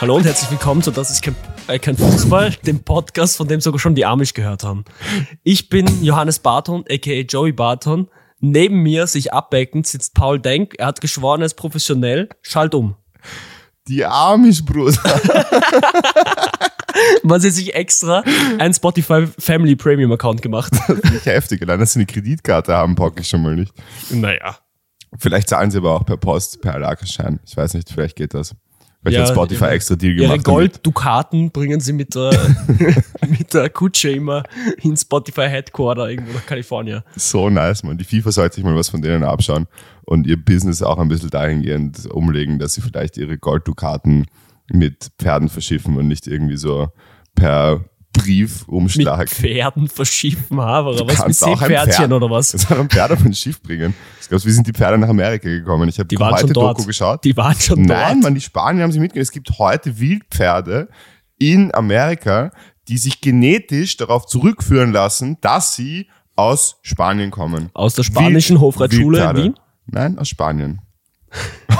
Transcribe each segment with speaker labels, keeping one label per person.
Speaker 1: Hallo und herzlich willkommen zu Das ist kein, äh, kein Fußball, dem Podcast, von dem sogar schon die Amish gehört haben. Ich bin Johannes Barton, aka Joey Barton. Neben mir, sich abbeckend, sitzt Paul Denk. Er hat geschworen, er ist professionell. Schalt um.
Speaker 2: Die Amish, Bruder.
Speaker 1: Man hat sich extra einen Spotify Family Premium Account gemacht.
Speaker 2: Nicht heftig, allein dass sie eine Kreditkarte haben, bock ich schon mal nicht.
Speaker 1: Naja.
Speaker 2: Vielleicht zahlen sie aber auch per Post, per Lagerschein. Ich weiß nicht, vielleicht geht das. Vielleicht
Speaker 1: Ja,
Speaker 2: hat Spotify extra Deal gemacht.
Speaker 1: Ihre Golddukaten bringen sie mit der, mit der Kutsche immer ins Spotify Headquarter irgendwo nach Kalifornien.
Speaker 2: damit- So nice, man. Die FIFA sollte sich mal was von denen abschauen und ihr Business auch ein bisschen dahingehend umlegen, dass sie vielleicht ihre Golddukaten mit Pferden verschiffen und nicht irgendwie so per
Speaker 1: Mit
Speaker 2: Briefumschlag.
Speaker 1: Pferden verschieben, Haberer.
Speaker 2: Du
Speaker 1: Was mit
Speaker 2: kannst auch ein
Speaker 1: Seepferdchen
Speaker 2: Pferd-
Speaker 1: oder was?
Speaker 2: Das hat ein Pferd auf ein Schiff bringen. Ich glaube, wie sind die Pferde nach Amerika gekommen? Ich habe
Speaker 1: Die waren
Speaker 2: heute
Speaker 1: schon dort.
Speaker 2: Doku geschaut.
Speaker 1: Die waren schon
Speaker 2: Nein,
Speaker 1: dort.
Speaker 2: man, die Spanier haben sie mitgenommen. Es gibt heute Wildpferde in Amerika, die sich genetisch darauf zurückführen lassen, dass sie aus Spanien kommen.
Speaker 1: Aus der spanischen Hofreitschule in
Speaker 2: Wildpferde.
Speaker 1: Wien.
Speaker 2: Nein, aus Spanien.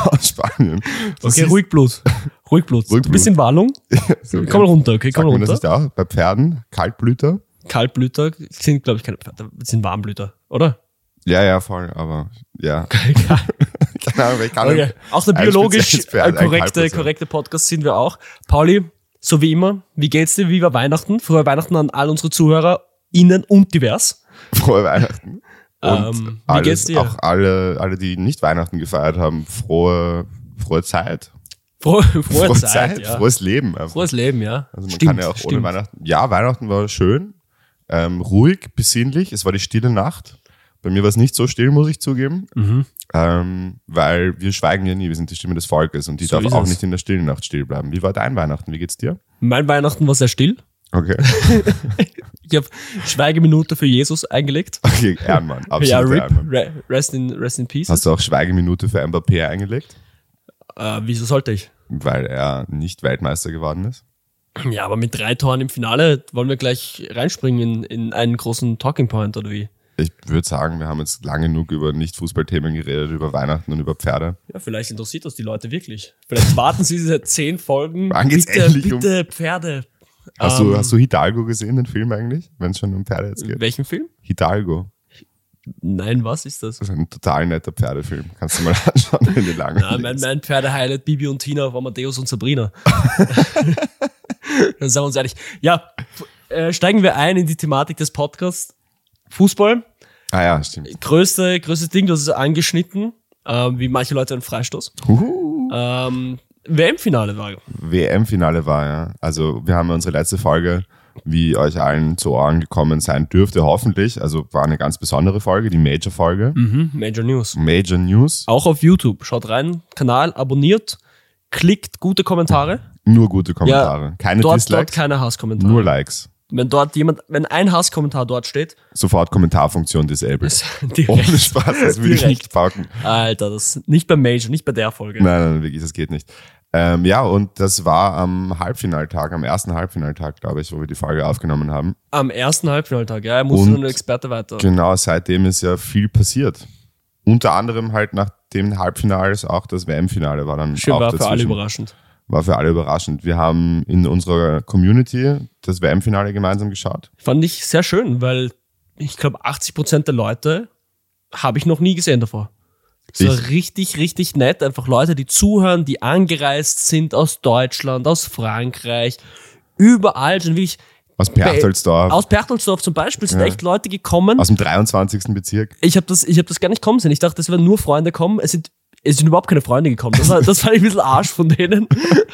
Speaker 2: aus Spanien. Das
Speaker 1: Okay,
Speaker 2: ist-
Speaker 1: ruhig bloß. Ruhig bloß.
Speaker 2: Ruhig
Speaker 1: Du bist in Wallung.
Speaker 2: So,
Speaker 1: Komm runter, okay,
Speaker 2: Sagt
Speaker 1: komm
Speaker 2: man das
Speaker 1: runter.
Speaker 2: nicht auch? Bei Pferden, Kaltblüter?
Speaker 1: Kaltblüter sind, glaube ich, keine Pferde. Sind Warmblüter, oder?
Speaker 2: Ja, ja, voll, aber ja.
Speaker 1: Egal.
Speaker 2: Keine Ahnung, ich kann
Speaker 1: Okay. Auch der
Speaker 2: Ein
Speaker 1: biologisch
Speaker 2: spezielles Pferd,
Speaker 1: äh,
Speaker 2: ein
Speaker 1: korrekte,
Speaker 2: Kalbpferd.
Speaker 1: korrekte Podcast sind wir auch. Pauli, so wie immer, wie geht's dir? Wie war Weihnachten? Frohe Weihnachten an all unsere Zuhörer, innen und divers.
Speaker 2: Frohe Weihnachten. Und
Speaker 1: Ähm, wie
Speaker 2: alles,
Speaker 1: geht's dir?
Speaker 2: Auch alle, alle, die nicht Weihnachten gefeiert haben, frohe, frohe Zeit.
Speaker 1: Frohe, frohe, Zeit, ja.
Speaker 2: frohes Leben. Einfach.
Speaker 1: Frohes Leben, ja.
Speaker 2: Also man kann ja auch ohne Weihnachten. Ja, Weihnachten war schön, ähm, ruhig, besinnlich. Es war die stille Nacht. Bei mir war es nicht so still, muss ich zugeben,
Speaker 1: Mhm.
Speaker 2: ähm, weil wir schweigen ja nie. Wir sind die Stimme des Volkes und die
Speaker 1: So
Speaker 2: darf
Speaker 1: ist
Speaker 2: auch
Speaker 1: es.
Speaker 2: nicht in der stillen Nacht still bleiben. Wie war dein Weihnachten? Wie geht's dir?
Speaker 1: Mein Weihnachten war sehr still.
Speaker 2: Okay,
Speaker 1: Ich habe Schweigeminute für Jesus eingelegt.
Speaker 2: okay Ehrenmann, absolut
Speaker 1: ja, RIP,
Speaker 2: Ehrenmann.
Speaker 1: Re- rest, in, rest in Peace.
Speaker 2: Hast du auch Schweigeminute für Mbappé eingelegt,
Speaker 1: Äh, wieso sollte ich?
Speaker 2: weil er nicht Weltmeister geworden ist?
Speaker 1: Ja, aber mit drei Toren im Finale wollen wir gleich reinspringen in, in einen großen Talking Point oder wie?
Speaker 2: Ich würde sagen, wir haben jetzt lang genug über Nicht-Fußballthemen geredet, über Weihnachten und über Pferde.
Speaker 1: Ja, vielleicht interessiert das die Leute wirklich. Vielleicht warten sie diese zehn Folgen.
Speaker 2: Wann geht's
Speaker 1: bitte,
Speaker 2: endlich um-
Speaker 1: bitte, Pferde.
Speaker 2: Hast,
Speaker 1: Ähm,
Speaker 2: du, hast du Hidalgo gesehen, den Film eigentlich? Wenn es schon um Pferde jetzt geht.
Speaker 1: Welchen Film?
Speaker 2: Hidalgo.
Speaker 1: Nein, was ist das?
Speaker 2: Das ist ein total netter Pferdefilm. Kannst du mal anschauen, wenn du lange
Speaker 1: Nein, mein, mein Pferde-Highlight, Bibi und Tina auf Amadeus und Sabrina. Dann sagen wir uns ehrlich. Ja, f- äh, steigen wir ein in die Thematik des Podcasts. Fußball,
Speaker 2: Ah ja, stimmt.
Speaker 1: größte, größtes Ding, das ist angeschnitten, ähm, wie manche Leute ein Freistoß.
Speaker 2: Huhu.
Speaker 1: Ähm, WM-Finale war.
Speaker 2: WM-Finale war ja. Also wir haben ja unsere letzte Folge, wie euch allen zu Ohren gekommen sein dürfte, hoffentlich. Also war eine ganz besondere Folge, die Major-Folge.
Speaker 1: Mhm. Major News.
Speaker 2: Major News.
Speaker 1: Auch auf YouTube. Schaut rein, Kanal, abonniert, klickt gute Kommentare.
Speaker 2: Nur gute Kommentare. Keine
Speaker 1: Dort, dort
Speaker 2: Dislikes,
Speaker 1: keine Hasskommentare.
Speaker 2: nur Likes.
Speaker 1: Wenn dort jemand, wenn ein Hasskommentar dort steht,
Speaker 2: Sofort Kommentarfunktion disabled.
Speaker 1: ist
Speaker 2: Ohne
Speaker 1: direkt.
Speaker 2: Spaß, Oh, das will ich
Speaker 1: Direkt.
Speaker 2: nicht packen.
Speaker 1: Alter, das nicht bei Major, nicht bei der Folge.
Speaker 2: Nein, nein, wirklich, das geht nicht. Ähm, ja, und das war am Halbfinaltag, am ersten Halbfinaltag, glaube ich, wo wir die Folge aufgenommen haben.
Speaker 1: Am ersten Halbfinaltag, ja, er musste
Speaker 2: Und-
Speaker 1: nur ein Experte weiter.
Speaker 2: Genau, seitdem ist ja viel passiert. Unter anderem halt nach dem Halbfinales auch das WM-Finale war dann
Speaker 1: Schön
Speaker 2: auch
Speaker 1: war für
Speaker 2: dazwischen.
Speaker 1: alle überraschend.
Speaker 2: War für alle überraschend. Wir haben in unserer Community das WM-Finale gemeinsam geschaut.
Speaker 1: Fand ich sehr schön, weil ich glaube, 80% der Leute habe ich noch nie gesehen davor. So
Speaker 2: Ich-
Speaker 1: richtig, richtig nett. Einfach Leute, die zuhören, die angereist sind aus Deutschland, aus Frankreich, überall sind wirklich.
Speaker 2: Aus Perchtoldsdorf, aus,
Speaker 1: Aus Berchtelsdorf zum Beispiel sind
Speaker 2: Ja.
Speaker 1: echt Leute gekommen.
Speaker 2: dem 23. Bezirk.
Speaker 1: ich habe das, ich hab das gar nicht kommen sehen. Ich dachte, es werden nur Freunde kommen. Es sind, es sind überhaupt keine Freunde gekommen. Das, war, das fand ich ein bisschen Arsch von denen.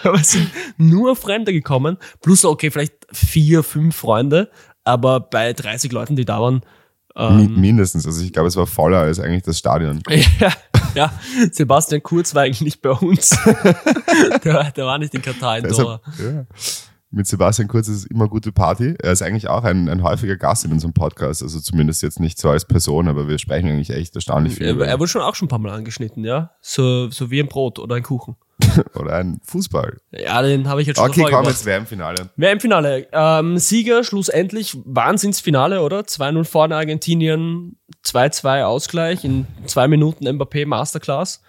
Speaker 1: Aber es sind nur Fremde gekommen. Plus, okay, vielleicht vier, fünf Freunde. Aber bei 30 Leuten, die da waren,
Speaker 2: Mi-
Speaker 1: ähm,
Speaker 2: Mindestens. Also ich glaube, es war voller als eigentlich das Stadion.
Speaker 1: ja, ja, Sebastian Kurz war eigentlich nicht bei uns. der, war- der war nicht in Katar in Doha.
Speaker 2: Deshalb, ja. Mit Sebastian Kurz ist es immer gute Party. Er ist eigentlich auch ein, ein häufiger Gast in unserem Podcast. Also zumindest jetzt nicht so als Person, aber wir sprechen eigentlich echt erstaunlich viel.
Speaker 1: Er,
Speaker 2: über-
Speaker 1: er wurde schon auch schon ein paar Mal angeschnitten, ja. So, so wie ein Brot oder ein Kuchen.
Speaker 2: Oder ein Fußball.
Speaker 1: Ja, den habe ich jetzt schon
Speaker 2: Okay,
Speaker 1: davor
Speaker 2: komm,
Speaker 1: gemacht.
Speaker 2: jetzt WM-Finale.
Speaker 1: Wer im Finale? Ähm, Sieger schlussendlich, Wahnsinnsfinale, oder? 2-0 vorne Argentinien, 2-2 Ausgleich in zwei Minuten Mbappé Masterclass.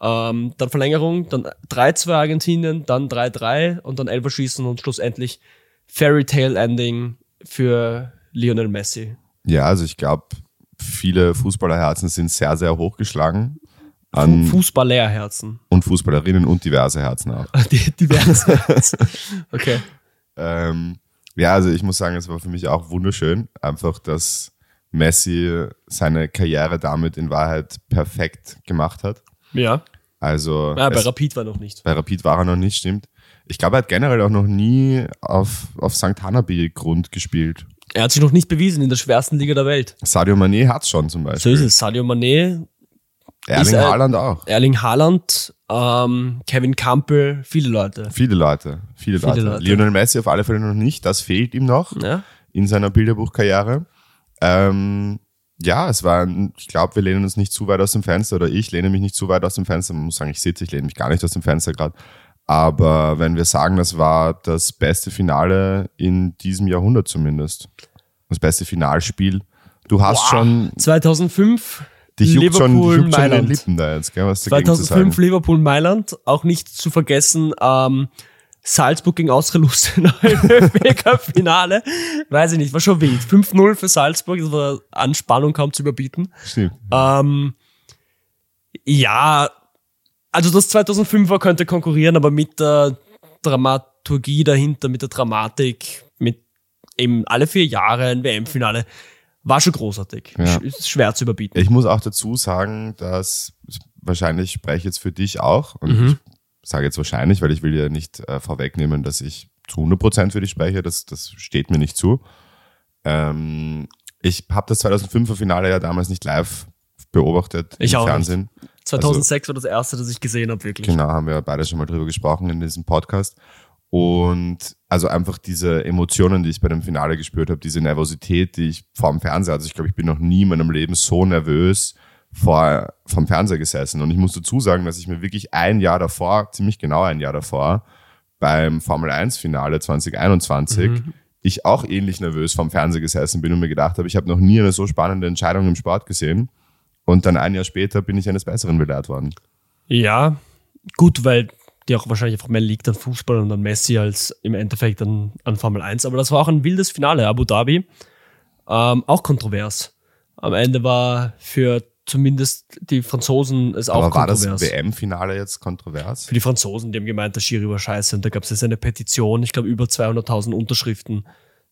Speaker 1: Ähm, dann Verlängerung, dann 3-2 Argentinien, dann 3-3 und dann Elberschießen und schlussendlich Fairy Tale Ending für Lionel Messi.
Speaker 2: Ja, also ich glaube, viele Fußballerherzen sind sehr, sehr hochgeschlagen
Speaker 1: Fu-
Speaker 2: an
Speaker 1: Fußballlehrherzen.
Speaker 2: und Fußballerinnen und diverse Herzen auch.
Speaker 1: Die, die werden Okay.
Speaker 2: Ähm, ja, also ich muss sagen, es war für mich auch wunderschön, einfach, dass Messi seine Karriere damit in Wahrheit perfekt gemacht hat.
Speaker 1: Ja.
Speaker 2: Also
Speaker 1: Ah, bei
Speaker 2: es,
Speaker 1: Rapid war noch nicht.
Speaker 2: bei Rapid war er noch nicht, stimmt. Ich glaube, er hat generell auch noch nie auf, auf St. Hanabi-Grund gespielt.
Speaker 1: Er hat sich noch nicht bewiesen in der schwersten Liga der Welt.
Speaker 2: Sadio Mané hat's schon zum
Speaker 1: So
Speaker 2: Beispiel.
Speaker 1: ist es. Sadio Mané,
Speaker 2: Erling
Speaker 1: Ist er-
Speaker 2: Haaland auch.
Speaker 1: Erling Haaland, ähm, Kevin Campbell, viele Leute.
Speaker 2: Viele Leute, viele,
Speaker 1: Viele
Speaker 2: Leute.
Speaker 1: Leute.
Speaker 2: Lionel Messi auf alle Fälle noch nicht, das fehlt ihm noch
Speaker 1: Ja?
Speaker 2: in seiner Bilderbuchkarriere. Ähm, ja, es war, ein, ich glaube, wir lehnen uns nicht zu weit aus dem Fenster oder ich lehne mich nicht zu weit aus dem Fenster. Man muss sagen, ich sitze, ich lehne mich gar nicht aus dem Fenster gerade. Aber wenn wir sagen, das war das beste Finale in diesem Jahrhundert zumindest, das beste Finalspiel, du hast schon,
Speaker 1: 2005
Speaker 2: dich juckt schon, dich
Speaker 1: Liverpool
Speaker 2: juckt schon in den
Speaker 1: Mailand.
Speaker 2: Lippen da jetzt, gell, was dagegen zu sagen.
Speaker 1: 2005 Liverpool Mailand, auch nicht zu vergessen ähm, Salzburg gegen Austria Lustenau im Finale. Weiß ich nicht, war schon wild. 5-0 für Salzburg, das war an Spannung kaum zu überbieten.
Speaker 2: Stimmt.
Speaker 1: Ähm, ja, also das 2005er könnte konkurrieren, aber mit der Dramaturgie dahinter, mit der Dramatik, mit eben alle vier Jahre ein WM-Finale, war schon großartig.
Speaker 2: Ja.
Speaker 1: Sch- Ist schwer zu überbieten.
Speaker 2: Ich muss auch dazu sagen, dass wahrscheinlich spreche ich jetzt für dich auch und
Speaker 1: Mhm.
Speaker 2: ich sage jetzt wahrscheinlich, weil ich will ja nicht äh, vorwegnehmen, dass ich zu 100% für dich spreche, das, das steht mir nicht zu. Ähm, ich habe das 2005er Finale ja damals nicht live beobachtet
Speaker 1: Ich
Speaker 2: im
Speaker 1: auch nicht.
Speaker 2: Fernsehen.
Speaker 1: 2006 war das erste, das ich gesehen habe, wirklich.
Speaker 2: Genau, haben wir beide schon mal drüber gesprochen in diesem Podcast. Und also einfach diese Emotionen, die ich bei dem Finale gespürt habe, diese Nervosität, die ich vor dem Fernseher, also ich glaube, ich bin noch nie in meinem Leben so nervös vor vom Fernseher gesessen. Und ich muss dazu sagen, dass ich mir wirklich ein Jahr davor, ziemlich genau ein Jahr davor, beim Formel 1-Finale 2021, ich auch ähnlich nervös vom Fernseher gesessen bin und mir gedacht habe, ich habe noch nie eine so spannende Entscheidung im Sport gesehen. Und dann ein Jahr später bin ich eines Besseren belehrt worden.
Speaker 1: Ja, gut, weil die auch wahrscheinlich einfach mehr liegt an Fußball und an Messi als im Endeffekt an, an Formel 1. Aber das war auch ein wildes Finale, Abu Dhabi. Ähm, auch kontrovers. Am Ende war für zumindest die Franzosen es auch
Speaker 2: Aber war
Speaker 1: kontrovers.
Speaker 2: das WM-Finale jetzt kontrovers?
Speaker 1: für die Franzosen, die haben gemeint, der Schiri war scheiße. Und da gab es jetzt eine Petition, ich glaube über 200.000 Unterschriften,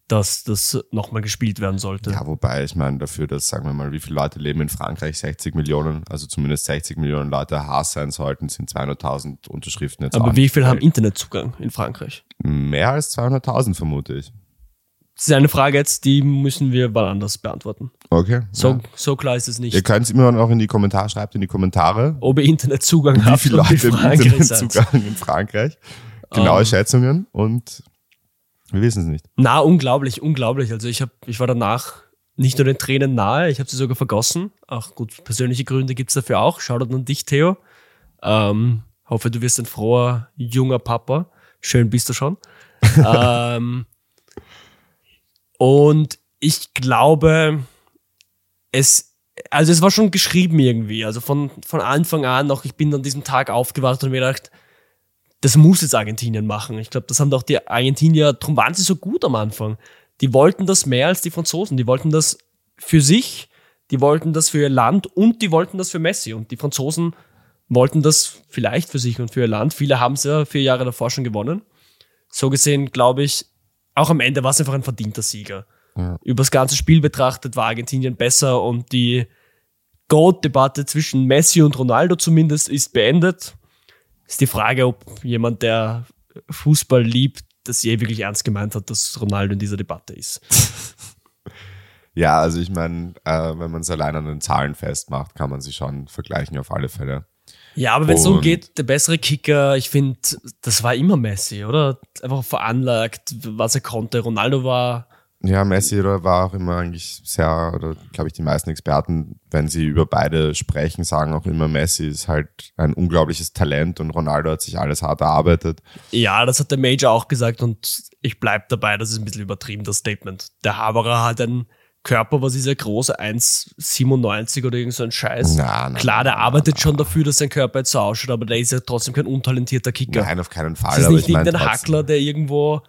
Speaker 1: dass das nochmal gespielt werden sollte.
Speaker 2: Ja, wobei, ich meine, dafür, dass, sagen wir mal, wie viele Leute leben in Frankreich? 60 Millionen, also zumindest 60 Millionen Leute Haas sein sollten, sind 200.000 Unterschriften jetzt auch
Speaker 1: Aber wie
Speaker 2: nicht
Speaker 1: viele haben
Speaker 2: gefällt.
Speaker 1: Internetzugang in Frankreich?
Speaker 2: Mehr als 200.000 vermute ich.
Speaker 1: Das ist eine Frage jetzt, die müssen wir mal anders beantworten.
Speaker 2: Okay.
Speaker 1: So,
Speaker 2: ja.
Speaker 1: so klar ist es nicht.
Speaker 2: Ihr könnt es immer noch in die Kommentare, schreibt in die Kommentare,
Speaker 1: ob ihr Internetzugang
Speaker 2: wie
Speaker 1: habt.
Speaker 2: viele
Speaker 1: und
Speaker 2: Leute im
Speaker 1: Fragen
Speaker 2: Internet
Speaker 1: seid.
Speaker 2: Zugang in Frankreich. Genaue
Speaker 1: Ähm.
Speaker 2: Schätzungen und wir wissen es nicht.
Speaker 1: Na, unglaublich, unglaublich. Also ich, hab, ich war danach nicht nur den Tränen nahe, ich habe sie sogar vergossen. Ach gut, persönliche Gründe gibt's dafür auch. Shoutout an dich, Theo. Ähm, hoffe, du wirst ein froher, junger Papa. Schön bist du schon. ähm, und ich glaube, es, also es war schon geschrieben irgendwie. Also von, von Anfang an noch, ich bin an diesem Tag aufgewacht und mir gedacht, das muss jetzt Argentinien machen. Ich glaube, das haben doch die Argentinier, darum waren sie so gut am Anfang. Die wollten das mehr als die Franzosen. Die wollten das für sich, die wollten das für ihr Land und die wollten das für Messi. Und die Franzosen wollten das vielleicht für sich und für ihr Land. Viele haben es ja vier Jahre davor schon gewonnen. So gesehen, glaube ich, auch am Ende war es einfach ein verdienter Sieger.
Speaker 2: Ja.
Speaker 1: Übers ganze Spiel betrachtet war Argentinien besser und die Goat-Debatte zwischen Messi und Ronaldo zumindest ist beendet ist die Frage, ob jemand, der Fußball liebt, das je wirklich ernst gemeint hat, dass Ronaldo in dieser Debatte ist.
Speaker 2: Ja, also ich meine, äh, wenn man es allein an den Zahlen festmacht, kann man sie schon vergleichen auf alle Fälle.
Speaker 1: Ja, aber wenn es
Speaker 2: Und-
Speaker 1: darum geht, der bessere Kicker, ich finde, das war immer Messi, oder? Einfach veranlagt, was er konnte. Ronaldo war,
Speaker 2: Ja, Messi oder war auch immer eigentlich sehr, oder glaube ich, die meisten Experten, wenn sie über beide sprechen, sagen auch immer, Messi ist halt ein unglaubliches Talent und Ronaldo hat sich alles hart erarbeitet.
Speaker 1: ja, das hat der Major auch gesagt und ich bleib dabei, das ist ein bisschen übertrieben, das Statement. Der Haberer hat ein Körper, was ist er groß? 1,97 oder irgend so ein Scheiß.
Speaker 2: Na, na,
Speaker 1: Klar, der
Speaker 2: na,
Speaker 1: arbeitet
Speaker 2: na,
Speaker 1: schon dafür, dass sein Körper jetzt so ausschaut, aber der ist ja trotzdem kein untalentierter Kicker.
Speaker 2: Nein, auf keinen Fall.
Speaker 1: Es ist
Speaker 2: aber
Speaker 1: nicht
Speaker 2: ich mein
Speaker 1: irgendein
Speaker 2: trotzdem-
Speaker 1: Hackler, der irgendwo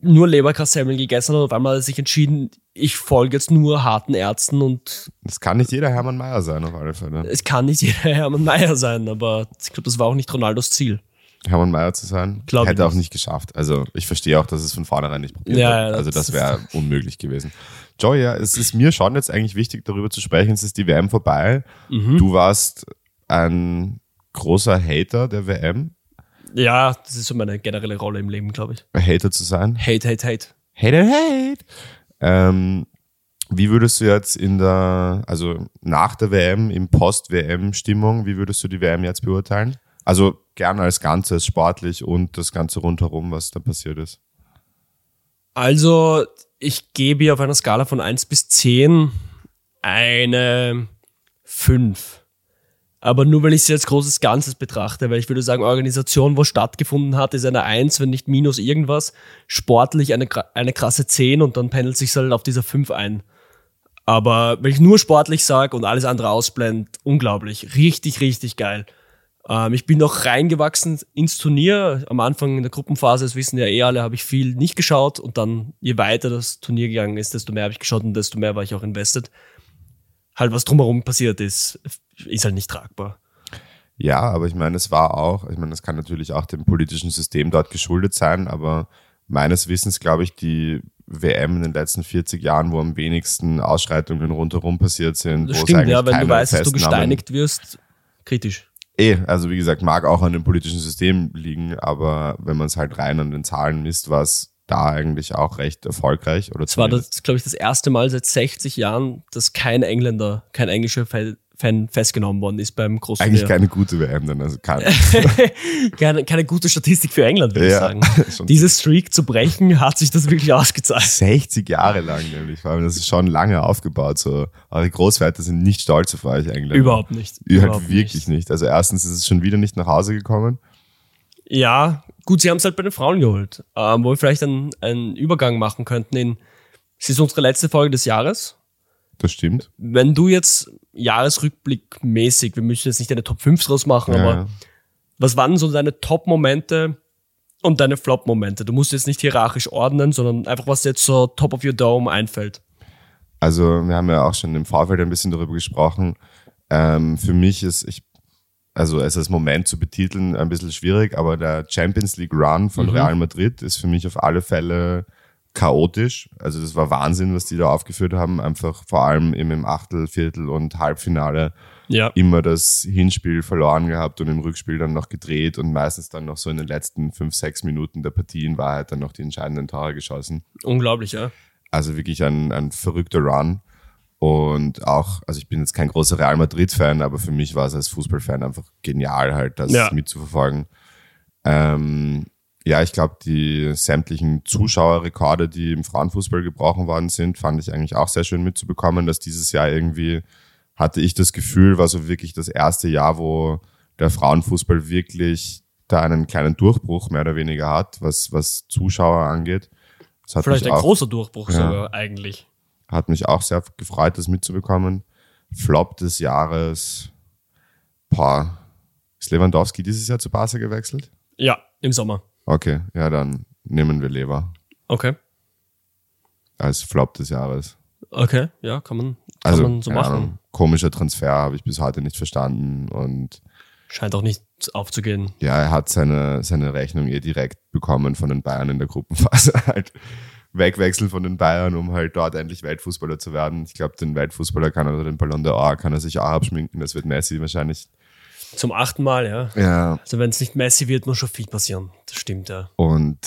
Speaker 1: nur Leberkassemmeln gegessen hat und auf einmal hat er sich entschieden, ich folge jetzt nur harten Ärzten und
Speaker 2: Das kann nicht jeder Hermann Mayer sein, auf alle Fälle.
Speaker 1: es kann nicht jeder Hermann Mayer sein, aber ich glaube, das war auch nicht Ronaldos Ziel.
Speaker 2: Hermann Mayer zu sein,
Speaker 1: Glaub ich
Speaker 2: hätte auch
Speaker 1: nicht.
Speaker 2: nicht geschafft. Also ich verstehe auch, dass es von vornherein nicht probiert
Speaker 1: Ja,
Speaker 2: hat.
Speaker 1: ja,
Speaker 2: Also das
Speaker 1: das-
Speaker 2: wäre unmöglich gewesen. Joy, ja, es ist mir schon jetzt eigentlich wichtig, darüber zu sprechen. Es ist die WM vorbei.
Speaker 1: Mhm.
Speaker 2: Du warst ein großer Hater der WM.
Speaker 1: Ja, das ist so meine generelle Rolle im Leben, glaube ich.
Speaker 2: Hater zu sein.
Speaker 1: Hate, hate, hate.
Speaker 2: Hater, hate. Ähm, wie würdest du jetzt in der, also nach der WM, im Post-WM-Stimmung, wie würdest du die WM jetzt beurteilen? Also gerne als Ganzes, sportlich und das Ganze rundherum, was da passiert ist.
Speaker 1: Also, ich gebe ihr auf einer Skala von 1 bis 10 eine 5. Aber nur, weil ich sie als großes Ganzes betrachte, weil ich würde sagen, Organisation, wo stattgefunden hat, ist eine 1, wenn nicht minus irgendwas. Sportlich eine, kra- eine krasse 10 und dann pendelt sich halt auf dieser 5 ein. Aber wenn ich nur sportlich sage und alles andere ausblend, unglaublich. Richtig, richtig geil. Ähm, ich bin noch reingewachsen ins Turnier. Am Anfang in der Gruppenphase, das wissen ja eh alle, habe ich viel nicht geschaut. Und dann, je weiter das Turnier gegangen ist, desto mehr habe ich geschaut und desto mehr war ich auch invested. Halt, was drumherum passiert ist, ist halt nicht tragbar.
Speaker 2: Ja, aber ich meine, es war auch, ich meine, das kann natürlich auch dem politischen System dort geschuldet sein, aber meines Wissens glaube ich, die WM in den letzten 40 Jahren, wo am wenigsten Ausschreitungen rundherum passiert sind,
Speaker 1: Das
Speaker 2: wo es
Speaker 1: stimmt,
Speaker 2: eigentlich
Speaker 1: ja, wenn
Speaker 2: keine
Speaker 1: du weißt, dass du
Speaker 2: Festnahmen-
Speaker 1: gesteinigt wirst, kritisch.
Speaker 2: Eh, also wie gesagt, mag auch an dem politischen System liegen, aber wenn man es halt rein an den Zahlen misst, war es da eigentlich auch recht erfolgreich. Oder
Speaker 1: Es war,
Speaker 2: zumindest-
Speaker 1: das, glaube ich, das erste Mal seit 60 Jahren, dass kein Engländer, kein englischer Fan Fan festgenommen worden ist beim großen
Speaker 2: eigentlich keine gute WM, denn also kann.
Speaker 1: keine, keine gute Statistik für England, würde ich
Speaker 2: Ja,
Speaker 1: sagen.
Speaker 2: schon
Speaker 1: Diese Streak zu brechen, hat sich das wirklich ausgezahlt.
Speaker 2: 60 Jahre lang nämlich, vor allem, das ist schon lange aufgebaut. So. Eure Großväter sind nicht stolz auf euch eigentlich.
Speaker 1: Überhaupt nicht.
Speaker 2: Ja,
Speaker 1: Überhaupt
Speaker 2: halt wirklich nicht. Also erstens ist es schon wieder nicht nach Hause gekommen.
Speaker 1: Ja, gut, sie haben es halt bei den Frauen geholt. Ähm, wo wir vielleicht einen, einen Übergang machen könnten in, es ist unsere letzte Folge des Jahres.
Speaker 2: Das stimmt.
Speaker 1: Wenn du jetzt Jahresrückblickmäßig, wir müssen jetzt nicht deine Top 5 draus machen, aber
Speaker 2: Ja.
Speaker 1: was waren so deine Top-Momente und deine Flop-Momente? Du musst jetzt nicht hierarchisch ordnen, sondern einfach, was dir jetzt so top of your dome einfällt.
Speaker 2: Also wir haben ja auch schon im Vorfeld ein bisschen darüber gesprochen. Ähm, für mich ist, ich, also es als Moment zu betiteln, ein bisschen schwierig, aber der Champions League Run von Real Madrid ist für mich auf alle Fälle chaotisch. Also das war Wahnsinn, was die da aufgeführt haben. Einfach vor allem im, im Achtel, Viertel und Halbfinale
Speaker 1: Ja.
Speaker 2: immer das Hinspiel verloren gehabt und im Rückspiel dann noch gedreht und meistens dann noch so in den letzten fünf, sechs Minuten der Partie in Wahrheit dann noch die entscheidenden Tore geschossen.
Speaker 1: Unglaublich, ja.
Speaker 2: Also wirklich ein, ein verrückter Run. Und auch, also ich bin jetzt kein großer Real Madrid-Fan, aber für mich war es als Fußballfan einfach genial, halt das
Speaker 1: Ja.
Speaker 2: mitzuverfolgen. Ähm, ja, ich glaube, die sämtlichen Zuschauerrekorde, die im Frauenfußball gebrochen worden sind, fand ich eigentlich auch sehr schön mitzubekommen, dass dieses Jahr irgendwie hatte ich das Gefühl, war so wirklich das erste Jahr, wo der Frauenfußball wirklich da einen kleinen Durchbruch mehr oder weniger hat, was, was Zuschauer angeht. Das hat
Speaker 1: Vielleicht
Speaker 2: mich
Speaker 1: ein
Speaker 2: Also auch-
Speaker 1: großer Durchbruch
Speaker 2: Ja.
Speaker 1: sogar eigentlich.
Speaker 2: hat mich auch sehr gefreut, das mitzubekommen. Flop des Jahres. Boah. Ist Lewandowski dieses Jahr zu Barca gewechselt?
Speaker 1: Ja, im Sommer.
Speaker 2: Okay, ja, dann nehmen wir Lever
Speaker 1: Okay.
Speaker 2: als Flop des Jahres.
Speaker 1: Okay, ja, kann man, kann
Speaker 2: Also,
Speaker 1: man so
Speaker 2: keine
Speaker 1: machen.
Speaker 2: Ahnung, komischer Transfer, habe ich bis heute nicht verstanden. Und
Speaker 1: Scheint auch nicht aufzugehen.
Speaker 2: ja, er hat seine, seine Rechnung eh direkt bekommen von den Bayern in der Gruppenphase. halt wegwechseln von den Bayern, um halt dort endlich Weltfußballer zu werden. Ich glaube, den Weltfußballer kann er, oder den Ballon d'Or kann er sich auch abschminken. Das wird Messi wahrscheinlich.
Speaker 1: Zum achten Mal, ja.
Speaker 2: Ja,
Speaker 1: Also wenn es nicht Messi wird, muss schon viel passieren. Das stimmt, ja.
Speaker 2: Und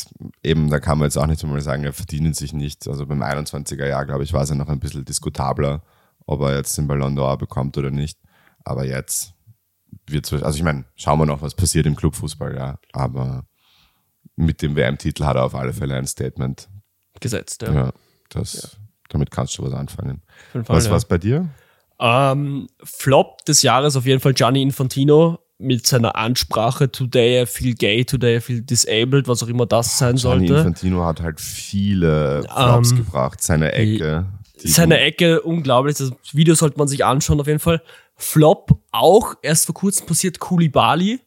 Speaker 2: eben, da kann man jetzt auch nicht mal sagen, er verdient sich nicht. Also beim 21er Jahr, glaube ich, war es ja noch ein bisschen diskutabler, ob er jetzt den Ballon d'Or bekommt oder nicht. Aber jetzt wird es, also ich meine, schauen wir noch, was passiert im Clubfußball, ja. Aber mit dem WM-Titel hat er auf alle Fälle ein Statement.
Speaker 1: Gesetzt, ja.
Speaker 2: Ja, das, damit kannst du was anfangen.
Speaker 1: Auf jeden Fall,
Speaker 2: Was
Speaker 1: ja.
Speaker 2: war es bei dir?
Speaker 1: Ähm, Flop des Jahres auf jeden Fall Gianni Infantino mit seiner Ansprache Today I feel gay, today I feel disabled, was auch immer das sein
Speaker 2: Gianni
Speaker 1: sollte.
Speaker 2: Infantino hat halt viele Flops
Speaker 1: Ähm,
Speaker 2: gebracht, seine Ecke. die-
Speaker 1: seine Ecke, unglaublich. Das Video sollte man sich anschauen, auf jeden Fall. Flop auch erst vor kurzem passiert Kulibali,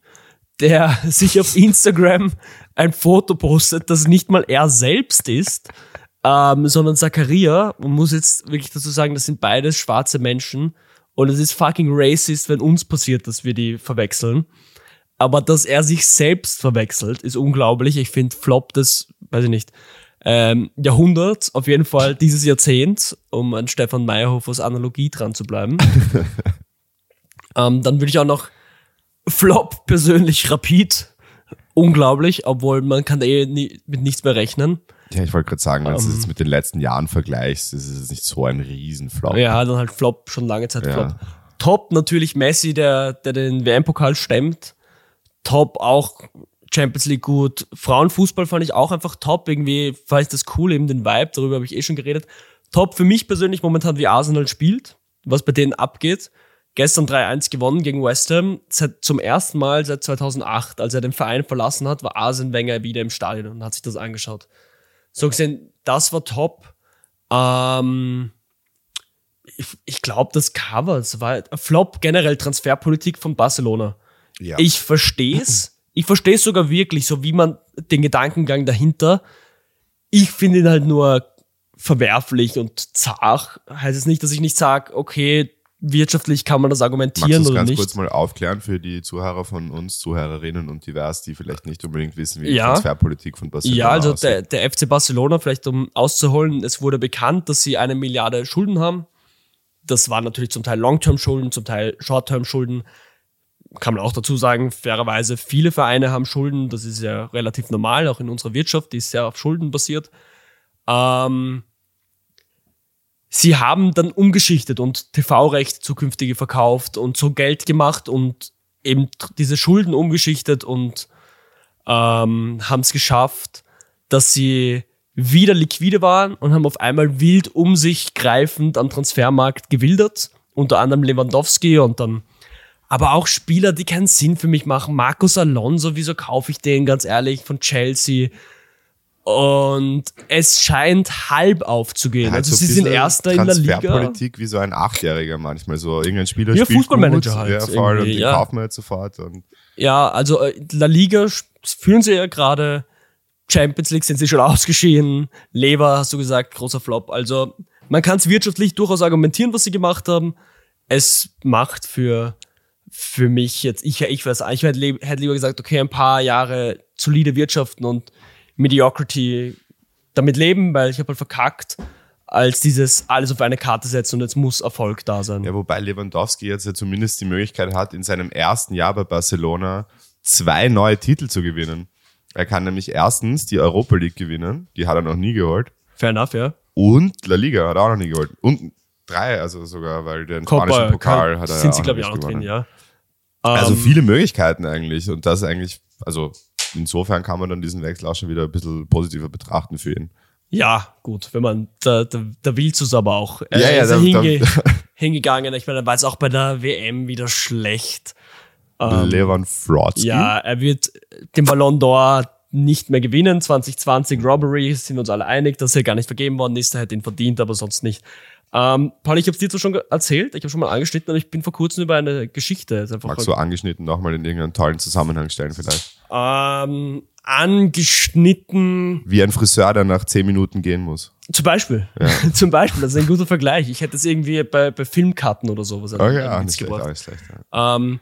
Speaker 1: der sich auf Instagram ein Foto postet, das nicht mal er selbst ist, ähm, sondern Zakaria. Man muss jetzt wirklich dazu sagen, das sind beides schwarze Menschen. Und es ist fucking racist, wenn uns passiert, dass wir die verwechseln. Aber dass er sich selbst verwechselt, ist unglaublich. Ich finde Flop des, weiß ich nicht, ähm, Jahrhunderts, auf jeden Fall dieses Jahrzehnt, um an Stefan Meyerhofers Analogie dran zu bleiben. ähm, dann würde ich auch noch Flop persönlich rapid. Unglaublich, obwohl man kann eh nie, mit nichts mehr rechnen.
Speaker 2: Ja, ich wollte gerade sagen, wenn du es
Speaker 1: Ähm.
Speaker 2: jetzt mit den letzten Jahren vergleichst, ist es nicht so ein Riesenflop.
Speaker 1: Ja, dann halt Flop, schon lange Zeit
Speaker 2: Ja.
Speaker 1: Flop. Top natürlich Messi, der, der den WM-Pokal stemmt. Top auch Champions League gut. Frauenfußball fand ich auch einfach top. Irgendwie fand ich das cool, eben den Vibe, darüber habe ich eh schon geredet. Top für mich persönlich momentan, wie Arsenal spielt, was bei denen abgeht. Gestern 3-1 gewonnen gegen West Ham. Seit, zum ersten Mal seit 2008, als er den Verein verlassen hat, war Arsene Wenger wieder im Stadion und hat sich das angeschaut. So gesehen, das war top. Ähm, ich, ich glaube, das Cover, das war Flop generell Transferpolitik von Barcelona.
Speaker 2: Ja.
Speaker 1: Ich verstehe es. Ich verstehe es sogar wirklich, so wie man den Gedankengang dahinter. Ich finde ihn halt nur verwerflich und zart. Heißt es nicht, dass ich nicht sage, okay, wirtschaftlich kann man das
Speaker 2: Magst du
Speaker 1: argumentieren
Speaker 2: es
Speaker 1: oder
Speaker 2: ganz
Speaker 1: nicht.
Speaker 2: kurz mal aufklären für die Zuhörer von uns, Zuhörerinnen und divers, die vielleicht nicht unbedingt wissen, wie die
Speaker 1: Ja.
Speaker 2: Transferpolitik von Barcelona
Speaker 1: Ja, also
Speaker 2: aussieht?
Speaker 1: der, der FC Barcelona, vielleicht um auszuholen, es wurde bekannt, dass sie eine Milliarde Schulden haben. Das waren natürlich zum Teil Long-Term-Schulden, zum Teil Short-Term-Schulden. Kann man auch dazu sagen, fairerweise, viele Vereine haben Schulden. Das ist ja relativ normal, auch in unserer Wirtschaft, die ist sehr auf Schulden basiert. Ähm, sie haben dann umgeschichtet und TV-Recht zukünftige verkauft und so Geld gemacht und eben tr- diese Schulden umgeschichtet und ähm, haben es geschafft, dass sie wieder liquide waren und haben auf einmal wild um sich greifend am Transfermarkt gewildert, unter anderem Lewandowski und dann aber auch Spieler, die keinen Sinn für mich machen. Marcos Alonso, wieso kaufe ich den, ganz ehrlich, von Chelsea? Und es scheint halb aufzugehen.
Speaker 2: Halt
Speaker 1: also
Speaker 2: so
Speaker 1: sie
Speaker 2: ein
Speaker 1: sind
Speaker 2: bisschen
Speaker 1: Erster in der Liga.
Speaker 2: Transferpolitik wie so ein Achtjähriger manchmal. So irgendein Spieler
Speaker 1: Ja,
Speaker 2: spielt
Speaker 1: Fußballmanager
Speaker 2: gut,
Speaker 1: halt
Speaker 2: Ja, voll, und
Speaker 1: irgendwie,
Speaker 2: den
Speaker 1: ja.
Speaker 2: kaufen wir jetzt sofort. Und
Speaker 1: Ja, also äh, La Liga sp- führen sie ja gerade. Champions League sind sie schon ausgeschieden. Lever, hast du gesagt, großer Flop. Also man kann es wirtschaftlich durchaus argumentieren, was sie gemacht haben. Es macht für, für mich jetzt, ich, ich weiß, ich hätte lieb- hätte lieber gesagt, okay, ein paar Jahre solide Wirtschaften und Mediocrity damit leben, weil ich habe halt verkackt, als dieses alles auf eine Karte setzen und jetzt muss Erfolg da sein.
Speaker 2: Ja, wobei Lewandowski jetzt ja zumindest die Möglichkeit hat, in seinem ersten Jahr bei Barcelona zwei neue Titel zu gewinnen. Er kann nämlich erstens die Europa League gewinnen, die hat er noch nie geholt,
Speaker 1: Fair enough, ja.
Speaker 2: und La Liga hat er auch noch nie geholt. Und drei, also sogar, weil den spanischen Pokal hat er
Speaker 1: äh, sind
Speaker 2: ja
Speaker 1: sie,
Speaker 2: auch
Speaker 1: glaube ich,
Speaker 2: noch
Speaker 1: auch
Speaker 2: nicht
Speaker 1: noch drin, ja.
Speaker 2: gewonnen. Also
Speaker 1: Ähm,
Speaker 2: viele Möglichkeiten eigentlich und das eigentlich, also insofern kann man dann diesen Wechsel auch schon wieder ein bisschen positiver betrachten für ihn.
Speaker 1: Ja, gut, wenn man, da, da, da willst du es aber auch. Er
Speaker 2: Ja, ja,
Speaker 1: ist
Speaker 2: da-
Speaker 1: hinge
Speaker 2: da-
Speaker 1: hingegangen. Ich meine, er war jetzt auch bei der WM wieder schlecht. Ähm,
Speaker 2: Lewandowski.
Speaker 1: ja, er wird den Ballon d'Or nicht mehr gewinnen. 2020 Robbery, sind uns alle einig, dass er gar nicht vergeben worden ist. Er hätte ihn verdient, aber sonst nicht. Ähm, Paul, ich habe es dir zwar schon ge- erzählt, ich habe schon mal angeschnitten, aber ich bin vor kurzem über eine Geschichte. Ist einfach
Speaker 2: Magst du angeschnitten nochmal in irgendeinen tollen Zusammenhang stellen vielleicht?
Speaker 1: ähm, angeschnitten.
Speaker 2: wie ein Friseur, der nach zehn Minuten gehen muss.
Speaker 1: Zum Beispiel. Zum Beispiel, das ist ein guter Vergleich. Ich hätte es irgendwie bei, bei Filmkarten oder sowas
Speaker 2: Oh
Speaker 1: okay,
Speaker 2: ja,
Speaker 1: ja,
Speaker 2: nicht schlecht, auch
Speaker 1: gebracht.
Speaker 2: nicht schlecht. ja.
Speaker 1: Ähm,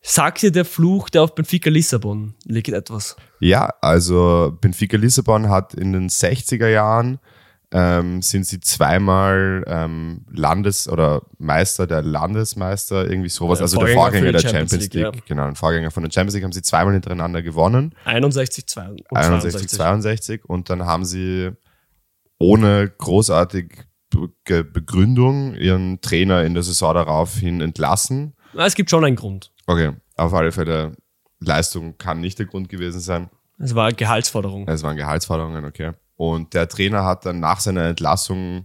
Speaker 1: sagt dir der Fluch, der auf Benfica Lissabon liegt etwas?
Speaker 2: Ja, also Benfica Lissabon hat in den 60er Jahren ähm, sind sie zweimal ähm, Landes- oder Meister der Landesmeister, irgendwie sowas,
Speaker 1: Ja,
Speaker 2: also der
Speaker 1: Vorgänger für
Speaker 2: Vorgänger
Speaker 1: die
Speaker 2: der
Speaker 1: Champions
Speaker 2: Champions,
Speaker 1: League,
Speaker 2: League, genau, ein Vorgänger von der Champions League, haben sie zweimal hintereinander gewonnen,
Speaker 1: 61, 62.
Speaker 2: 61, 62 und dann haben sie ohne großartig Be- Ge- Begründung ihren Trainer in der Saison daraufhin entlassen
Speaker 1: Na, Es gibt schon einen Grund.
Speaker 2: Okay, auf alle Fälle, Leistung kann nicht der Grund gewesen sein.
Speaker 1: Es war eine Gehaltsforderung.
Speaker 2: Es waren Gehaltsforderungen, okay. Und der Trainer hat dann nach seiner Entlassung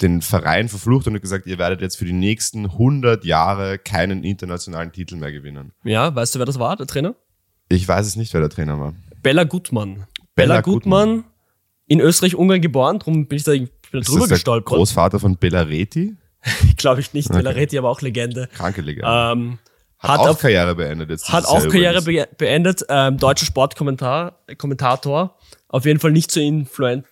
Speaker 2: den Verein verflucht und hat gesagt, ihr werdet jetzt für die nächsten 100 Jahre keinen internationalen Titel mehr gewinnen.
Speaker 1: Ja, weißt du, wer das war, der Trainer?
Speaker 2: Ich weiß es nicht, wer der Trainer war.
Speaker 1: Bella Gutmann.
Speaker 2: Bella
Speaker 1: Bella Gutmann, in Österreich-Ungarn geboren, darum bin ich da bin da
Speaker 2: Ist
Speaker 1: drüber
Speaker 2: das der
Speaker 1: gestolpert.
Speaker 2: Großvater von Bellaretti?
Speaker 1: Glaube ich nicht. Villaretti, aber auch Legende.
Speaker 2: Kranke Legende.
Speaker 1: Ähm,
Speaker 2: hat,
Speaker 1: hat
Speaker 2: auch
Speaker 1: auf-
Speaker 2: Karriere beendet jetzt.
Speaker 1: Hat
Speaker 2: dieses
Speaker 1: auch
Speaker 2: Jahr
Speaker 1: Karriere
Speaker 2: übrigens.
Speaker 1: be beendet. Ähm, deutscher Sportkommentator. Auf jeden Fall nicht so influen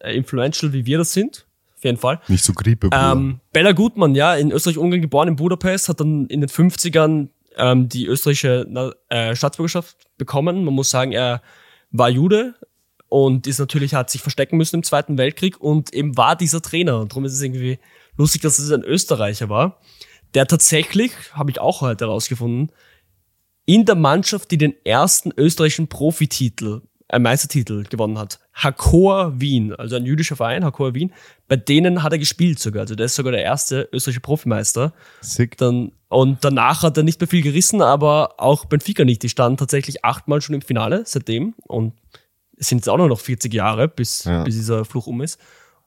Speaker 1: äh, influential, wie wir das sind. Auf jeden Fall.
Speaker 2: Nicht so Grippe.
Speaker 1: Ähm, Bella Gutmann, ja, in Österreich-Ungarn geboren, in Budapest, hat dann in den 50ern ähm, die österreichische Na- äh, Staatsbürgerschaft bekommen. Man muss sagen, er war Jude und ist natürlich, hat sich verstecken müssen im Zweiten Weltkrieg und eben war dieser Trainer. Und darum ist es irgendwie lustig, dass es ein Österreicher war, der tatsächlich, habe ich auch heute herausgefunden, in der Mannschaft, die den ersten österreichischen Profititel, äh, Meistertitel gewonnen hat. Hakor Wien, also ein jüdischer Verein, Hakor Wien, bei denen hat er gespielt sogar. Also der ist sogar der erste österreichische Profimeister.
Speaker 2: Sick.
Speaker 1: Dann, und danach hat er nicht mehr viel gerissen, aber auch Benfica nicht. Die standen tatsächlich achtmal schon im Finale seitdem und es sind jetzt auch nur noch 40 Jahre, bis,
Speaker 2: Ja.
Speaker 1: bis dieser Fluch um ist.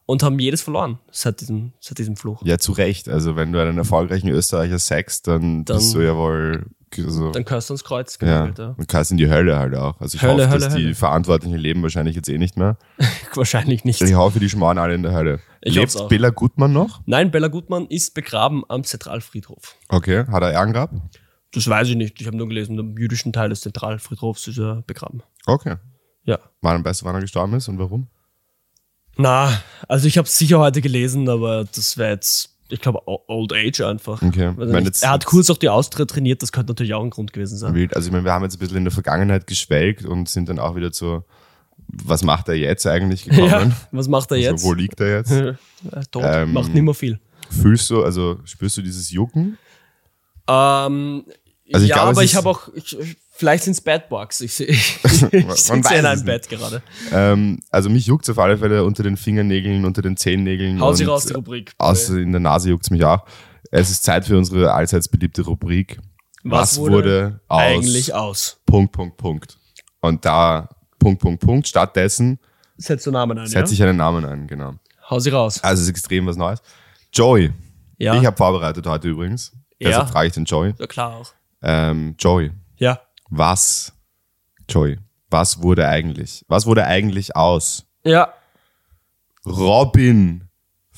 Speaker 1: Und haben jedes verloren seit diesem, seit diesem Fluch.
Speaker 2: Ja, zu Recht. Also, wenn du einen erfolgreichen Österreicher sagst, dann,
Speaker 1: Dann-
Speaker 2: bist du ja wohl. Also,
Speaker 1: Dann kannst du ans Kreuz
Speaker 2: ja.
Speaker 1: genagelt, ja.
Speaker 2: Und kannst in die Hölle halt auch. Also, ich
Speaker 1: Hölle,
Speaker 2: hoffe,
Speaker 1: Hölle,
Speaker 2: dass die
Speaker 1: Hölle.
Speaker 2: Verantwortlichen leben wahrscheinlich jetzt eh nicht mehr.
Speaker 1: Wahrscheinlich nicht.
Speaker 2: Ich hoffe, die schmoren alle in der Hölle.
Speaker 1: Ich hoff's
Speaker 2: Lebt
Speaker 1: auch.
Speaker 2: Bela Gutmann noch?
Speaker 1: Nein, Bella Gutmann ist begraben am Zentralfriedhof.
Speaker 2: Okay. Hat er Ehren gehabt?
Speaker 1: Das weiß ich nicht. Ich habe nur gelesen, im jüdischen Teil des Zentralfriedhofs ist er begraben.
Speaker 2: Okay.
Speaker 1: Ja.
Speaker 2: War am besten, wann er gestorben ist und warum?
Speaker 1: Na, also ich habe es sicher heute gelesen, aber das wäre jetzt, ich glaube, O- Old Age einfach.
Speaker 2: Okay.
Speaker 1: Weiß ich
Speaker 2: Ich meine,
Speaker 1: nicht.
Speaker 2: jetzt-
Speaker 1: er hat kurz auch die Austria trainiert, das könnte natürlich auch ein Grund gewesen sein.
Speaker 2: Wild. Also ich meine, wir haben jetzt ein bisschen in der Vergangenheit geschwelgt und sind dann auch wieder zu, was macht er jetzt eigentlich
Speaker 1: Ja,
Speaker 2: gekommen?
Speaker 1: was macht er
Speaker 2: Also,
Speaker 1: jetzt?
Speaker 2: wo liegt er jetzt?
Speaker 1: Äh, Tot,
Speaker 2: Ähm,
Speaker 1: macht nimmer viel.
Speaker 2: Fühlst du, also spürst du dieses Jucken?
Speaker 1: Ähm,
Speaker 2: Also ich
Speaker 1: ja,
Speaker 2: glaube, es
Speaker 1: aber ich
Speaker 2: ist-
Speaker 1: habe auch, ich, vielleicht sind es Bad Bugs. Ich, seh- ich, ich
Speaker 2: Man
Speaker 1: sitze
Speaker 2: weiß
Speaker 1: in
Speaker 2: es
Speaker 1: einem
Speaker 2: nicht.
Speaker 1: Bett gerade.
Speaker 2: Ähm, also mich juckt es auf alle Fälle unter den Fingernägeln, unter den Zehennägeln.
Speaker 1: Hau sie
Speaker 2: und
Speaker 1: raus, die Rubrik.
Speaker 2: Aus, in der Nase juckt es mich auch. Es ist Zeit für unsere allseits beliebte Rubrik.
Speaker 1: Was
Speaker 2: Was,
Speaker 1: wurde
Speaker 2: wurde, aus
Speaker 1: Eigentlich aus.
Speaker 2: Punkt, Punkt, Punkt. Und da Punkt, Punkt, Punkt. Stattdessen
Speaker 1: Setzt du Namen ein, ja?
Speaker 2: setze ich einen Namen ein, genau.
Speaker 1: Hau sie raus.
Speaker 2: Also es ist extrem was Neues. Joey.
Speaker 1: Ja,
Speaker 2: Ich habe vorbereitet heute übrigens.
Speaker 1: Ja.
Speaker 2: Deshalb frage ich den Joey.
Speaker 1: ja klar auch.
Speaker 2: Ähm, Joey,
Speaker 1: Ja.
Speaker 2: was, Joey, was wurde eigentlich, was wurde eigentlich aus
Speaker 1: Ja,
Speaker 2: Robin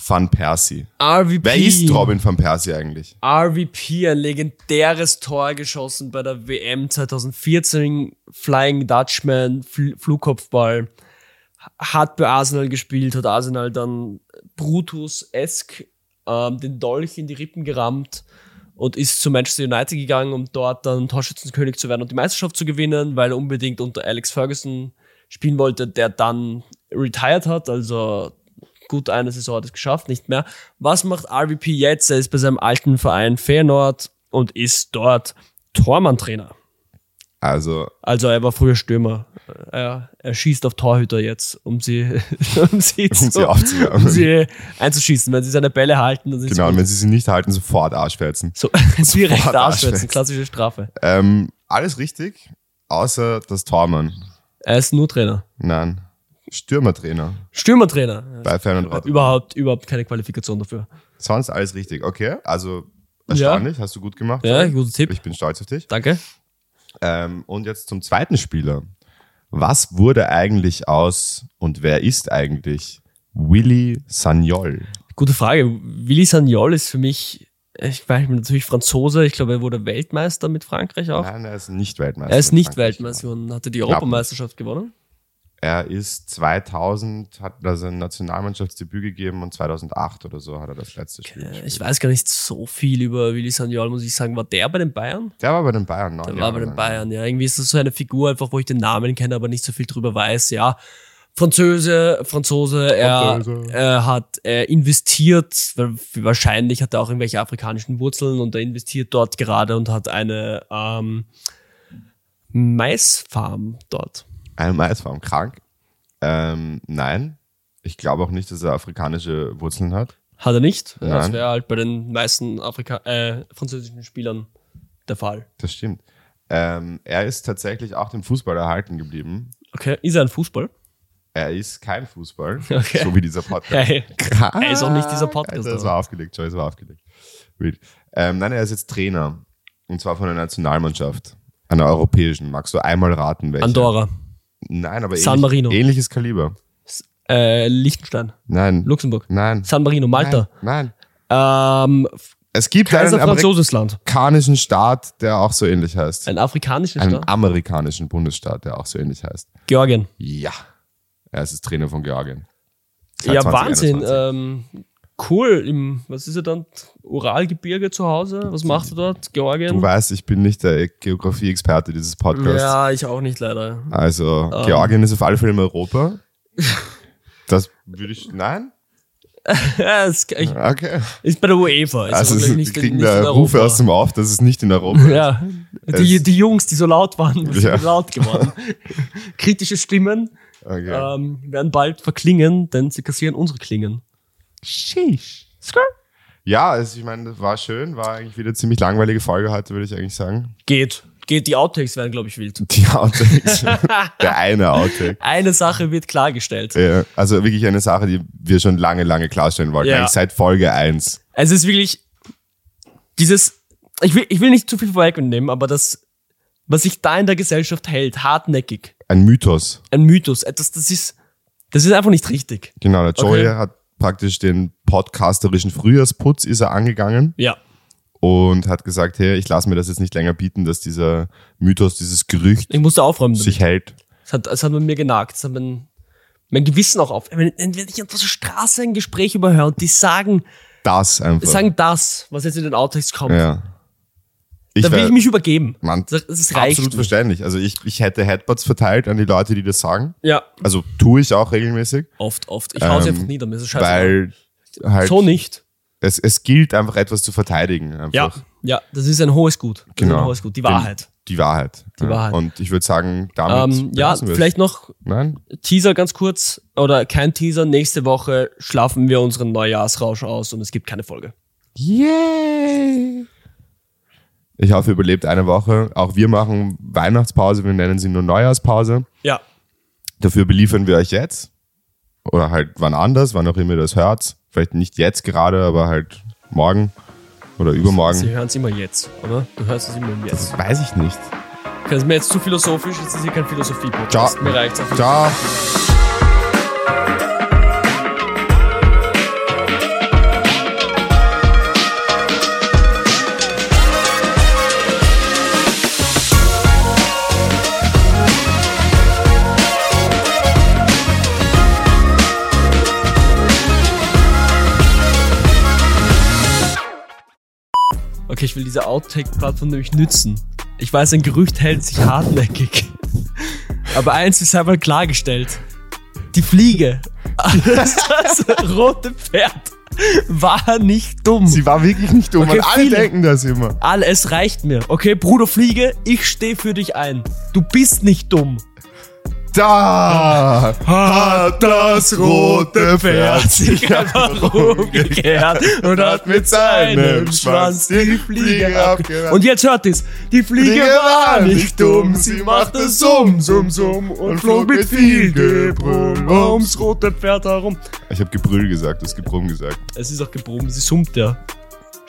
Speaker 2: van Persie?
Speaker 1: RVP.
Speaker 2: Wer ist Robin van Persie eigentlich?
Speaker 1: RVP, ein legendäres Tor geschossen bei der WM 2014. Flying Dutchman, Fl Flugkopfball. Hat bei Arsenal gespielt, hat Arsenal dann Brutus-esk ähm, den Dolch in die Rippen gerammt und ist zu Manchester United gegangen, um dort dann Torschützenkönig zu werden und die Meisterschaft zu gewinnen, weil er unbedingt unter Alex Ferguson spielen wollte, der dann retired hat, also gut eine Saison hat es geschafft, nicht mehr. Was macht RVP jetzt? Er ist bei seinem alten Verein Feyenoord und ist dort Tormann-Trainer.
Speaker 2: Also,
Speaker 1: Also er war früher Stürmer. Er, er schießt auf Torhüter jetzt, um sie, um sie,
Speaker 2: um
Speaker 1: zu,
Speaker 2: sie
Speaker 1: um
Speaker 2: aufzuhören.
Speaker 1: sie einzuschießen. Wenn sie seine Bälle halten, dann sind
Speaker 2: Genau, und wenn sie sie nicht halten, sofort Arschwärzen.
Speaker 1: sie so direkt ausschwitzen.
Speaker 2: ausschwitzen.
Speaker 1: Klassische Strafe.
Speaker 2: Ähm, alles richtig, außer das Tormann.
Speaker 1: Er ist nur Trainer.
Speaker 2: Nein, Stürmertrainer
Speaker 1: Stürmertrainer.
Speaker 2: bei Fernand Rotter.
Speaker 1: Überhaupt, überhaupt keine Qualifikation dafür.
Speaker 2: Sonst alles richtig, okay? Also, erstaunlich, hast du gut gemacht.
Speaker 1: Ja, guter Tipp.
Speaker 2: Ich bin stolz auf dich.
Speaker 1: Danke.
Speaker 2: Ähm, und jetzt zum zweiten Spieler. Was wurde eigentlich aus und wer ist eigentlich Willy Sagnol?
Speaker 1: Gute Frage. Willi Sagnol ist für mich, ich weiß nicht, natürlich Franzose. Ich glaube, er wurde Weltmeister mit Frankreich auch.
Speaker 2: Nein, er ist nicht Weltmeister.
Speaker 1: er ist
Speaker 2: in
Speaker 1: nicht
Speaker 2: Frankreich.
Speaker 1: Weltmeister und hatte die
Speaker 2: Knapp.
Speaker 1: Europameisterschaft gewonnen.
Speaker 2: Er ist 2000, hat da sein Nationalmannschaftsdebüt gegeben und 2008 oder so hat er das letzte Spiel
Speaker 1: Äh,
Speaker 2: gespielt.
Speaker 1: Ich weiß gar nicht so viel über Willi Sagnol, muss ich sagen. War der bei den Bayern?
Speaker 2: Der war bei den Bayern, neun
Speaker 1: Der war
Speaker 2: Jahre
Speaker 1: bei den
Speaker 2: lang.
Speaker 1: Bayern, ja. Irgendwie ist das so eine Figur einfach, wo ich den Namen kenne, aber nicht so viel drüber weiß. Ja, Französe, Franzose, er,
Speaker 2: Franzose.
Speaker 1: er hat äh, investiert, weil wahrscheinlich hat er auch irgendwelche afrikanischen Wurzeln und er investiert dort gerade und hat eine ähm, Maisfarm dort.
Speaker 2: Einmal ist war krank. Ähm, nein, ich glaube auch nicht, dass er afrikanische Wurzeln hat.
Speaker 1: Hat er nicht? Ja, Das
Speaker 2: Nein.
Speaker 1: wäre halt bei den meisten Afrika äh, französischen Spielern der Fall.
Speaker 2: Das stimmt. Ähm, er ist tatsächlich auch dem Fußball erhalten geblieben.
Speaker 1: Okay, ist er ein Fußball?
Speaker 2: Er ist kein Fußball,
Speaker 1: Okay.
Speaker 2: so wie dieser Podcast.
Speaker 1: Hey. Er ist auch nicht dieser Podcast, also.
Speaker 2: Alter, Das
Speaker 1: aber.
Speaker 2: war aufgelegt, Joyce war aufgelegt. Wild. Ähm, nein, er ist jetzt Trainer. Und zwar von der Nationalmannschaft. Einer europäischen. Magst du einmal raten, welche?
Speaker 1: Andorra.
Speaker 2: Nein, aber
Speaker 1: San
Speaker 2: ähnlich,
Speaker 1: Marino.
Speaker 2: ähnliches Kaliber.
Speaker 1: Äh, Liechtenstein,
Speaker 2: Nein.
Speaker 1: Luxemburg,
Speaker 2: Nein.
Speaker 1: San Marino, Malta.
Speaker 2: Nein. nein.
Speaker 1: Ähm,
Speaker 2: Es gibt
Speaker 1: Kaiser
Speaker 2: einen
Speaker 1: französisches Land.
Speaker 2: amerikanischen Staat, der auch so ähnlich heißt.
Speaker 1: Ein afrikanischer
Speaker 2: Einen
Speaker 1: Staat.
Speaker 2: amerikanischen Bundesstaat, der auch so ähnlich heißt.
Speaker 1: Georgien.
Speaker 2: Ja. Er ist Trainer von Georgien. Seit
Speaker 1: Ja,
Speaker 2: 2021.
Speaker 1: Wahnsinn. Ähm, cool. Im, was ist er dann? Uralgebirge zu Hause? Was macht er dort?
Speaker 2: Du
Speaker 1: Georgien?
Speaker 2: weißt, ich bin nicht der Geografie-Experte dieses Podcasts.
Speaker 1: Ja, Ähm. ich auch nicht leider.
Speaker 2: Also, Georgien ist auf alle Fälle in Europa. Das würde ich. Nein?
Speaker 1: Ja, ist, ich,
Speaker 2: Okay.
Speaker 1: ist bei der UEFA. Ist
Speaker 2: Also,
Speaker 1: aber
Speaker 2: es-
Speaker 1: nicht-
Speaker 2: wir kriegen
Speaker 1: nicht in
Speaker 2: da
Speaker 1: Europa.
Speaker 2: Rufe aus dem Auf, dass es nicht in Europa ist.
Speaker 1: Ja, die,
Speaker 2: Es-
Speaker 1: die Jungs, die so laut waren, sind
Speaker 2: Ja.
Speaker 1: laut geworden. Kritische Stimmen
Speaker 2: Okay.
Speaker 1: ähm, werden bald verklingen, denn sie kassieren unsere Klingen. Sheesh. Skrr.
Speaker 2: Ja, also ich meine, das war schön, war eigentlich wieder eine ziemlich langweilige Folge heute, würde ich eigentlich sagen.
Speaker 1: Geht. Geht. Die Outtakes werden, glaube ich, wild.
Speaker 2: Die Outtakes. der eine Outtake.
Speaker 1: Eine Sache wird klargestellt.
Speaker 2: Ja, also wirklich eine Sache, die wir schon lange, lange klarstellen wollten.
Speaker 1: Ja.
Speaker 2: Eigentlich seit Folge 1.
Speaker 1: Also es ist wirklich dieses, ich will, ich will nicht zu viel vorwegnehmen, aber das, was sich da in der Gesellschaft hält, hartnäckig,
Speaker 2: Ein Mythos.
Speaker 1: ein Mythos, etwas, das ist, das ist einfach nicht richtig.
Speaker 2: Genau, der Joey
Speaker 1: Okay.
Speaker 2: hat praktisch den podcasterischen Frühjahrsputz ist er angegangen
Speaker 1: Ja.
Speaker 2: und hat gesagt, hey, ich lasse mir das jetzt nicht länger bieten, dass dieser Mythos, dieses Gerücht
Speaker 1: Ich musste aufräumen. damit.
Speaker 2: sich hält.
Speaker 1: Es hat, es hat bei mir genagt. Es hat mein, mein Gewissen auch auf. Wenn, wenn ich auf der Straße ein Gespräch überhöre und die sagen,
Speaker 2: Das einfach.
Speaker 1: sagen das, was jetzt in den Outtakes kommt,
Speaker 2: ja. Ich
Speaker 1: da will
Speaker 2: wär-
Speaker 1: ich mich übergeben.
Speaker 2: Mann,
Speaker 1: Das, das reicht.
Speaker 2: absolut verständlich. Also ich, ich hätte Headbutts verteilt an die Leute, die das sagen.
Speaker 1: Ja,
Speaker 2: Also tue ich auch regelmäßig,
Speaker 1: oft, oft. Ich hau sie
Speaker 2: Ähm,
Speaker 1: einfach nieder. Mir ist es scheiße.
Speaker 2: weil halt
Speaker 1: So nicht.
Speaker 2: Es, es gilt einfach etwas zu verteidigen. Einfach.
Speaker 1: Ja, ja, das ist ein hohes Gut. Das Ist
Speaker 2: Genau.
Speaker 1: ein hohes Gut. Die Wahrheit.
Speaker 2: Die Wahrheit. Die
Speaker 1: Wahrheit.
Speaker 2: Und ich würde sagen, damit
Speaker 1: Ähm, ja,
Speaker 2: belassen wir es.
Speaker 1: vielleicht noch
Speaker 2: Nein?
Speaker 1: Teaser ganz kurz oder kein Teaser. Nächste Woche schlafen wir unseren Neujahrsrausch aus und es gibt keine Folge.
Speaker 2: Yay! Ich hoffe, ihr überlebt eine Woche. Auch wir machen Weihnachtspause, wir nennen sie nur Neujahrspause.
Speaker 1: Ja,
Speaker 2: Dafür beliefern wir euch jetzt. Oder halt wann anders, wann auch immer ihr das hört. Vielleicht nicht jetzt gerade, aber halt morgen oder
Speaker 1: Sie
Speaker 2: übermorgen.
Speaker 1: hören es immer jetzt, oder? Du hörst es immer im Jetzt.
Speaker 2: Das weiß ich nicht.
Speaker 1: Okay, Das ist mir jetzt zu philosophisch, jetzt ist hier kein Philosophie-Podcast.
Speaker 2: Ciao.
Speaker 1: Mir reicht's auch.
Speaker 2: Ciao.
Speaker 1: Okay, ich will diese Outtake-Plattform nämlich nützen. Ich weiß, ein Gerücht hält sich hartnäckig. Aber eins ist einmal klargestellt. Die Fliege, das, das rote Pferd, war nicht dumm.
Speaker 2: Sie war wirklich nicht dumm.
Speaker 1: Okay,
Speaker 2: und alle
Speaker 1: viele.
Speaker 2: denken das immer.
Speaker 1: Al, es reicht mir. Okay, Bruder Fliege, ich stehe für dich ein. Du bist nicht dumm.
Speaker 2: Da hat das rote Pferd sich
Speaker 1: einfach rumgekehrt und hat mit seinem Schwanz die Fliege abgehört. Und jetzt hört es. Die Fliege,
Speaker 2: Fliege
Speaker 1: war nicht dumm, sie machte Summ, Summ, Summ und flog mit viel Gebrumm ums rote Pferd herum.
Speaker 2: Ich habe Gebrüll gesagt, das Gebrumm gesagt.
Speaker 1: Es ist auch gebrummt, sie summt ja.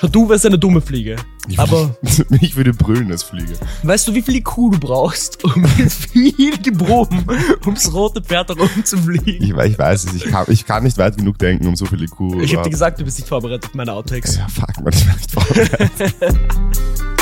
Speaker 1: Schau, du wärst eine dumme Fliege.
Speaker 2: Ich
Speaker 1: Aber
Speaker 2: würde, ich würde brüllen als Fliege.
Speaker 1: weißt du, wie viele Kuh du brauchst, um mit viel Gebrumm ums rote Pferd herum zu fliegen?
Speaker 2: Ich, ich weiß es, ich kann, ich kann nicht weit genug denken, um so viele
Speaker 1: Ich
Speaker 2: Kuh.
Speaker 1: hab dir
Speaker 2: überhaupt-
Speaker 1: gesagt, du bist nicht vorbereitet auf meine Outtakes.
Speaker 2: Ja, fuck, man, ich war nicht vorbereitet.